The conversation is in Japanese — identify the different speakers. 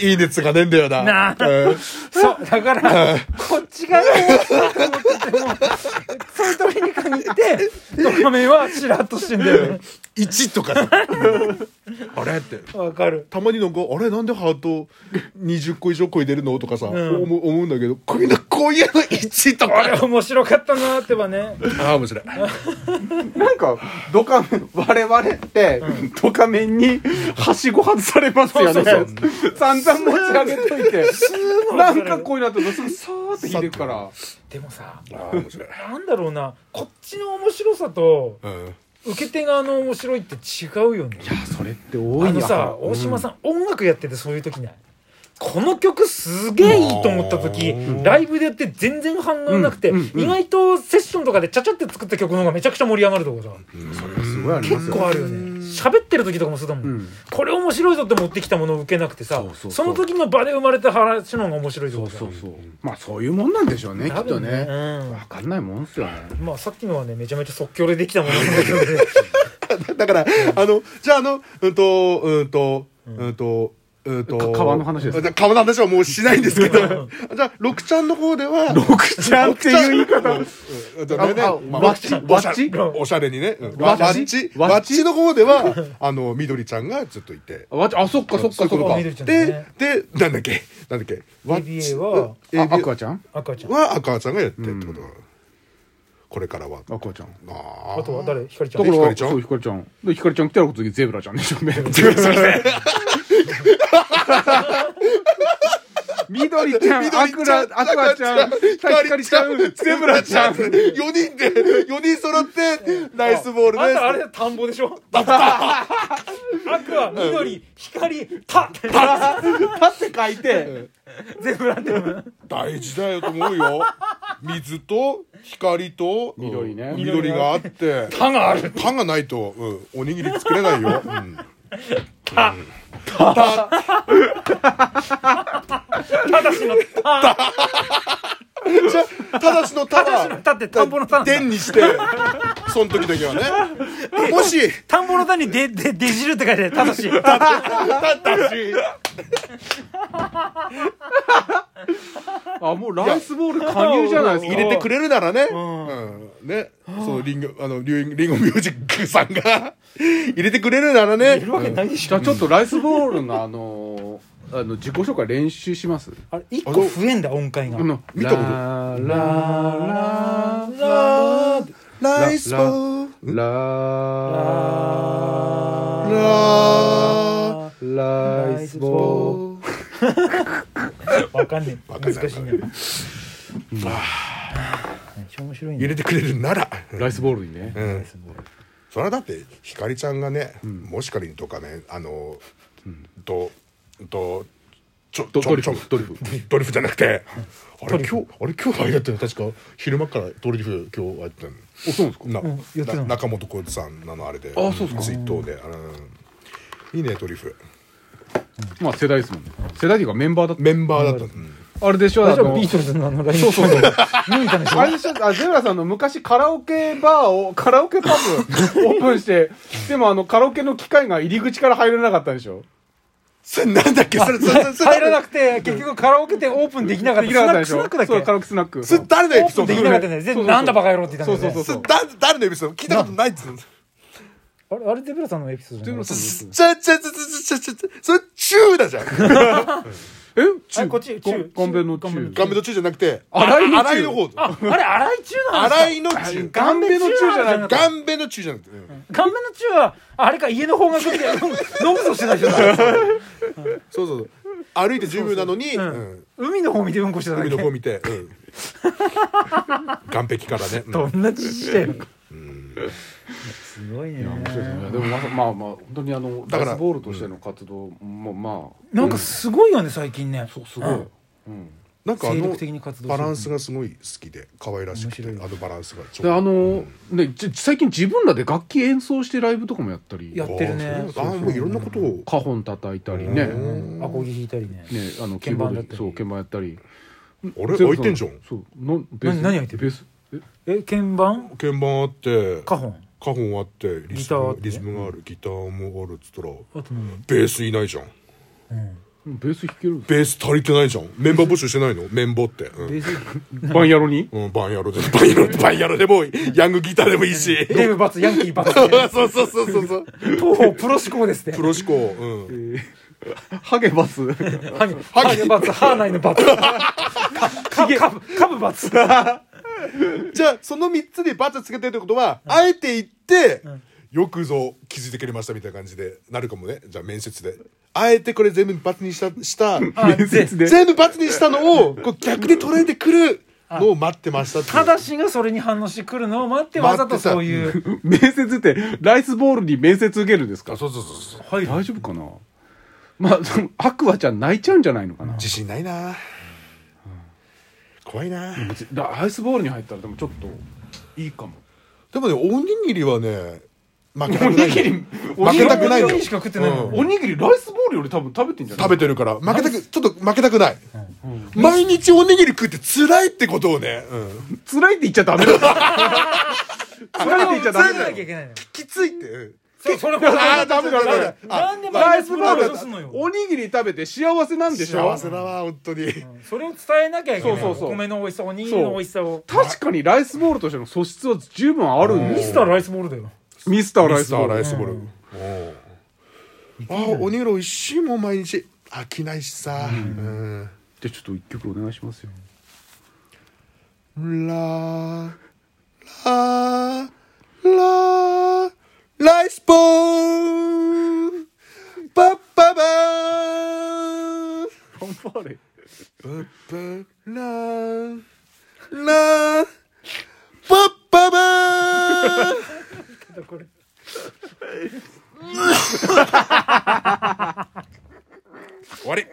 Speaker 1: いい熱がねえんだよな。
Speaker 2: なあ
Speaker 1: うん
Speaker 2: そう、だから、こっちがどうしたと思ってても、そういう時に限って、ドカメンはしらっとしてんだよね。
Speaker 1: 1とか さあれって
Speaker 2: わかる。
Speaker 1: たまになんか「あれなんでハート20個以上声出るの?」とかさ、
Speaker 2: ん
Speaker 1: 思う思うんだけどこういうのこういうの1と
Speaker 2: あれ
Speaker 1: か
Speaker 2: 面白かったなーってばね。
Speaker 1: ああ面白い
Speaker 3: なんか、ドカメン、我々って、ドカメンに、はしご外されますよね。
Speaker 1: そう
Speaker 3: 散々持ち上げといて。なんかこういうのあったらすぐさーって引いてくから。
Speaker 2: でもさ、
Speaker 1: ああ面白い、
Speaker 2: なんだろうな、こっちの面白さと、
Speaker 1: うん、
Speaker 2: 受け手側の面白いって違うよね。
Speaker 3: それって多
Speaker 2: あのさ、大島さん、音楽やっててそういう時ないこの曲すげえいいと思った時
Speaker 1: うん
Speaker 2: ライブでやって全然反応なくて、
Speaker 3: うんうんうん
Speaker 2: 意外とセッションとかでちゃちゃって作った曲の方がめちゃくちゃ盛り上がるとこさ、
Speaker 3: それはすごいあります
Speaker 2: 結
Speaker 3: よ。
Speaker 2: 構あるよね喋ってる時とかもそうだもん、
Speaker 3: うん
Speaker 2: これ面白いぞって持ってきたものを受けなくてさ
Speaker 3: そうそうそう
Speaker 2: の時の場で生まれた話の方が面白いと
Speaker 3: そ
Speaker 2: こ
Speaker 3: う
Speaker 2: さ
Speaker 3: そうそう。まあそういうもんなんでしょうね、き
Speaker 2: 多
Speaker 3: っと
Speaker 2: 分ね
Speaker 3: ね。
Speaker 2: うん
Speaker 3: わかんないもんっすよね。
Speaker 2: まあさっきのはねめちゃめちゃ即興でできたものなんだけどね
Speaker 1: だからあのじゃああのうんとうんとうんとうんと
Speaker 3: か川の話ですか
Speaker 1: 川の話はもうしないんですけどじゃあ六ちゃんの方では
Speaker 3: 六ちゃんっていう言い方。
Speaker 1: うんだからね
Speaker 3: ああ
Speaker 1: まあ
Speaker 3: わっち
Speaker 1: おしゃ
Speaker 3: わっち
Speaker 1: おしゃれにねうんわ
Speaker 3: わっち
Speaker 1: っち
Speaker 3: わっち
Speaker 1: わっちの方ではあのみどりちゃんがずっといて
Speaker 3: わあ、そっかそっかそっ
Speaker 1: そういうこと
Speaker 3: か。
Speaker 1: か
Speaker 2: 緑
Speaker 1: で
Speaker 2: ちゃんだね
Speaker 1: でなんだっけなんだっけわっち
Speaker 2: ABA は
Speaker 1: うん
Speaker 3: あ、ア
Speaker 1: ABA
Speaker 3: クアちゃん
Speaker 2: 赤ちゃん
Speaker 1: は赤ちゃんがやってってことだこれからは
Speaker 3: アクアちゃん。
Speaker 1: あ
Speaker 2: あとは誰ひかりちゃ
Speaker 3: だ
Speaker 2: ん
Speaker 3: か、
Speaker 1: ひからりちゃん
Speaker 3: そう、ひかりちゃん。で、ひかりちゃん来たら次、ゼブラちゃんでしょうね。みどりちゃん、アクラ、アクアちゃん、ひかりちゃん、ゼブラちゃん。
Speaker 1: 4人で4人揃っ てナイスボール
Speaker 2: あんたあれ
Speaker 1: です
Speaker 2: 田んぼでしょ赤は緑光た
Speaker 3: 立って書いて、
Speaker 2: 全部なんで
Speaker 1: 大事だよと思うよ水と光とうん
Speaker 3: 緑ね
Speaker 1: 緑があって
Speaker 2: たがある
Speaker 1: パンがないと、うん、おにぎり作れない よ。うん
Speaker 2: ただしのた
Speaker 1: じゃあただしのた
Speaker 2: ただしのた
Speaker 1: だ、
Speaker 2: って田んぼのたなんだ
Speaker 1: 点にして、その時だけはね。もし、
Speaker 2: 田んぼの田にでで出汁って書いてあるただした
Speaker 1: だし、
Speaker 3: あ、もうライスボール加入じゃないです
Speaker 1: 入
Speaker 3: か。
Speaker 1: れてくれるならね、うん、ね、そのリンゴ、あの、リュウリンゴミュージックさんが、入れてくれるならね、
Speaker 2: るわけないでし
Speaker 3: じゃ
Speaker 2: ょ
Speaker 3: あちょっとライスボールのあのー、あの、自己紹介練習します
Speaker 2: あれ一個増えんだ音階が
Speaker 3: あの、
Speaker 1: 見たこと
Speaker 3: ラーラーラー
Speaker 2: ラー
Speaker 1: ライスボール、
Speaker 3: ラー
Speaker 1: ラー、
Speaker 3: ライスボール
Speaker 2: わかんねえ
Speaker 1: わかんない
Speaker 2: 難しいねめっちゃ面白いね
Speaker 1: 入れてくれるなら、
Speaker 3: ライスボールにね。
Speaker 1: うん、それはだってひかりちゃんがね、もしかりんとかねあの、ととちょ
Speaker 3: ド
Speaker 1: ちょ
Speaker 3: リフ
Speaker 1: ちょ
Speaker 3: ドリフ
Speaker 1: ドリフじゃなくてあ
Speaker 2: ト
Speaker 1: れ
Speaker 2: リ
Speaker 1: 今日あれ今日はやってる確か昼間からドリフ今日はやってる
Speaker 3: お、そうなんで
Speaker 1: な、
Speaker 2: やって
Speaker 3: すか
Speaker 1: な
Speaker 2: たの
Speaker 1: 中本浩二さんなのあれであ
Speaker 3: そうですか
Speaker 1: ツイートで、うんいいねドリフ
Speaker 3: まあ世代ですもんね。世代っていうかメンバーだっ
Speaker 1: メンバーだったの、うん
Speaker 3: た。あれでしょ
Speaker 2: あ
Speaker 3: あ
Speaker 2: れじゃあ
Speaker 3: の
Speaker 2: ビートルズのあのライン
Speaker 3: そうそうそう
Speaker 2: 見に行ったんでしょ
Speaker 3: あれでしょあ、ゼブラさんの昔カラオケバーを、 カラオケパブ オープンして、でもあのカラオケの機械が入り口から入れなかったんでしょ
Speaker 1: それなんだっけそれそれそれ
Speaker 2: 入らなくて結局カラオケ店オープンできなかっ
Speaker 3: で
Speaker 2: たス
Speaker 3: きなか
Speaker 2: ナック
Speaker 3: ったでし
Speaker 2: スナ
Speaker 3: ょ
Speaker 2: ックだっけ
Speaker 3: そう、カラオケスナック。
Speaker 1: それ誰のエピソ
Speaker 2: でき
Speaker 1: ード
Speaker 2: なかったね。全なんだバカ野郎って言ったんだよね。
Speaker 3: そうそ
Speaker 1: そ
Speaker 3: う
Speaker 1: れだ誰のエピソード聞いたことないっつうの
Speaker 2: あれ、あれデブラさんのエピソードじゃない
Speaker 3: ゼブラさん
Speaker 1: ちゃちゃちゃちゃちゃちゃちゃそれ中だじゃん
Speaker 3: え
Speaker 2: あこっち
Speaker 3: コ
Speaker 2: 中
Speaker 3: ンコンベの中。
Speaker 1: ガンベの中じゃなくて、
Speaker 3: 洗いの中
Speaker 1: 洗いの方。
Speaker 2: あ、あれ、洗い中なんですか
Speaker 1: 洗いの中。
Speaker 3: ガンベの中じゃなくて。
Speaker 1: ガンベの中じゃなくて。うん
Speaker 2: 顔面の中は、あれか、家の方角で、ノブソしてた人だ。
Speaker 1: そうそうそう。歩いて10秒なのに、うん
Speaker 2: 海の方見てうんこしてただ
Speaker 1: 海
Speaker 2: け。
Speaker 1: の方見て、うん岸壁からね。うん
Speaker 2: どんな知識だよ。すごいね。
Speaker 3: でもまさまあまあ本当にあの
Speaker 1: だ
Speaker 3: ダ
Speaker 1: から
Speaker 3: イスボールとしての活動もまあ
Speaker 2: なんかすごいよね、最近ね。
Speaker 3: そうすごい、うん、
Speaker 1: なんかあ
Speaker 2: 精
Speaker 1: の
Speaker 2: 力的に活動する
Speaker 1: バランスがすごい好きで、可愛らしくて、あのバランスがち
Speaker 3: で
Speaker 1: ょ
Speaker 3: あ
Speaker 1: う
Speaker 3: のねじ最近自分らで楽器演奏してライブとかもやったり
Speaker 2: や
Speaker 1: ど。
Speaker 2: ってるね
Speaker 1: あーそうあー、もういろんなことを。
Speaker 3: カホン叩いたりねね
Speaker 2: アコギ弾いたりね。
Speaker 3: あのキ
Speaker 2: 鍵
Speaker 3: ーボ
Speaker 2: 盤
Speaker 3: ー
Speaker 2: だっ
Speaker 3: ド
Speaker 2: たり
Speaker 3: そう鍵盤やったり
Speaker 1: あれ開いてんじゃん。
Speaker 3: そうのベース
Speaker 2: 何何開いてる
Speaker 3: ベースえ
Speaker 2: え、鍵盤
Speaker 1: 鍵盤あって、
Speaker 2: カホン。
Speaker 1: カホンあって、リ
Speaker 2: ギ
Speaker 1: ズ
Speaker 2: ターあ
Speaker 1: ム
Speaker 2: って
Speaker 1: リズムがある、ギターもあるっつったら、
Speaker 2: あと何
Speaker 1: ベースいないじゃん。
Speaker 2: うん。
Speaker 3: ベース弾けるんです
Speaker 1: ベース足りてないじゃんメンバー募集してないの綿棒って、うん
Speaker 2: 別に
Speaker 3: バンヤロに
Speaker 1: うん、バンヤロでバンヤロバンヤロでもいいヤングギターでもいいし
Speaker 2: デブバツヤンキーバツ
Speaker 1: そうそうそうそうそう
Speaker 2: 東方プロ志向ですね
Speaker 1: プロ志向うん
Speaker 3: ハゲバス
Speaker 2: ハゲハゲバツハーナイ のバツカブカブカブバツ
Speaker 1: じゃあその3つでバツつけてるってことは、あえて言って、よくぞ気づいてくれましたみたいな感じでなるかもねじゃあ面接であえてこれ全部バツにしたした
Speaker 2: あ
Speaker 3: 面接で
Speaker 1: 全部バツにしたのをこう逆で捉えてくるのを待ってましたっていう
Speaker 2: ただしがそれに反応してくるのを待ってわざとそういう
Speaker 3: 面接ってライスボールに面接受けるんですか
Speaker 1: あそうそうそうそう
Speaker 2: はい
Speaker 3: 大丈夫かなまあそのアクアちゃん泣いちゃうんじゃないのかな
Speaker 1: 自信ないな、怖いな、
Speaker 3: だアイスボールに入ったらでもちょっといいかも
Speaker 1: でもねおにぎりはね負けた
Speaker 3: お
Speaker 1: くな
Speaker 3: に
Speaker 1: い
Speaker 3: ぎり
Speaker 1: の
Speaker 3: お
Speaker 1: 負け
Speaker 3: にぎり
Speaker 1: たくないの
Speaker 2: おにぎりしか食ってないの
Speaker 1: うん
Speaker 3: おにぎりライスボールより多分食べてんじゃない
Speaker 1: 食べてるから負けたくちょっと負けたくない、毎日おにぎり食って辛いってことをね、うん
Speaker 3: 辛いって言っちゃダメだ よ辛いって言っちゃダメ
Speaker 2: それ
Speaker 3: だ
Speaker 2: なきゃ
Speaker 3: よ
Speaker 2: いけないの
Speaker 1: きついって、うん
Speaker 2: そそれは
Speaker 1: あーダメだダメだ
Speaker 2: なんで
Speaker 3: ラ
Speaker 2: マイ
Speaker 3: イ
Speaker 2: ナ
Speaker 3: ス
Speaker 2: ス
Speaker 3: ボ
Speaker 2: ボ
Speaker 3: ー
Speaker 2: ー
Speaker 3: ル
Speaker 2: ルを
Speaker 3: だ
Speaker 2: 出すのよ
Speaker 3: おにぎり食べて幸せなんでしょ
Speaker 1: 幸せだわ本当に、
Speaker 2: それを伝えなきゃいけない
Speaker 3: そうそうそう
Speaker 2: お米の美味しさおにぎりの美味しさを
Speaker 3: 確かにライスボールとしての素質は十分あるん
Speaker 2: ミ
Speaker 3: で
Speaker 2: ス
Speaker 3: す
Speaker 2: ターライスボールだよ
Speaker 3: ミスターラ
Speaker 1: ラ
Speaker 3: イ
Speaker 1: イ
Speaker 3: ス
Speaker 1: ス
Speaker 3: ボ
Speaker 1: ボ
Speaker 3: ー
Speaker 1: ール
Speaker 3: ル
Speaker 1: ライスボール、ああおにぎり美味しいもん毎日飽きないしさ、うん
Speaker 3: じゃあちょっと一曲お願いしますよ
Speaker 1: ラーラーラーライスボールパッパバーン
Speaker 3: 頑張れ
Speaker 1: パッパラーラーパッパバーン
Speaker 2: これ
Speaker 1: 終わり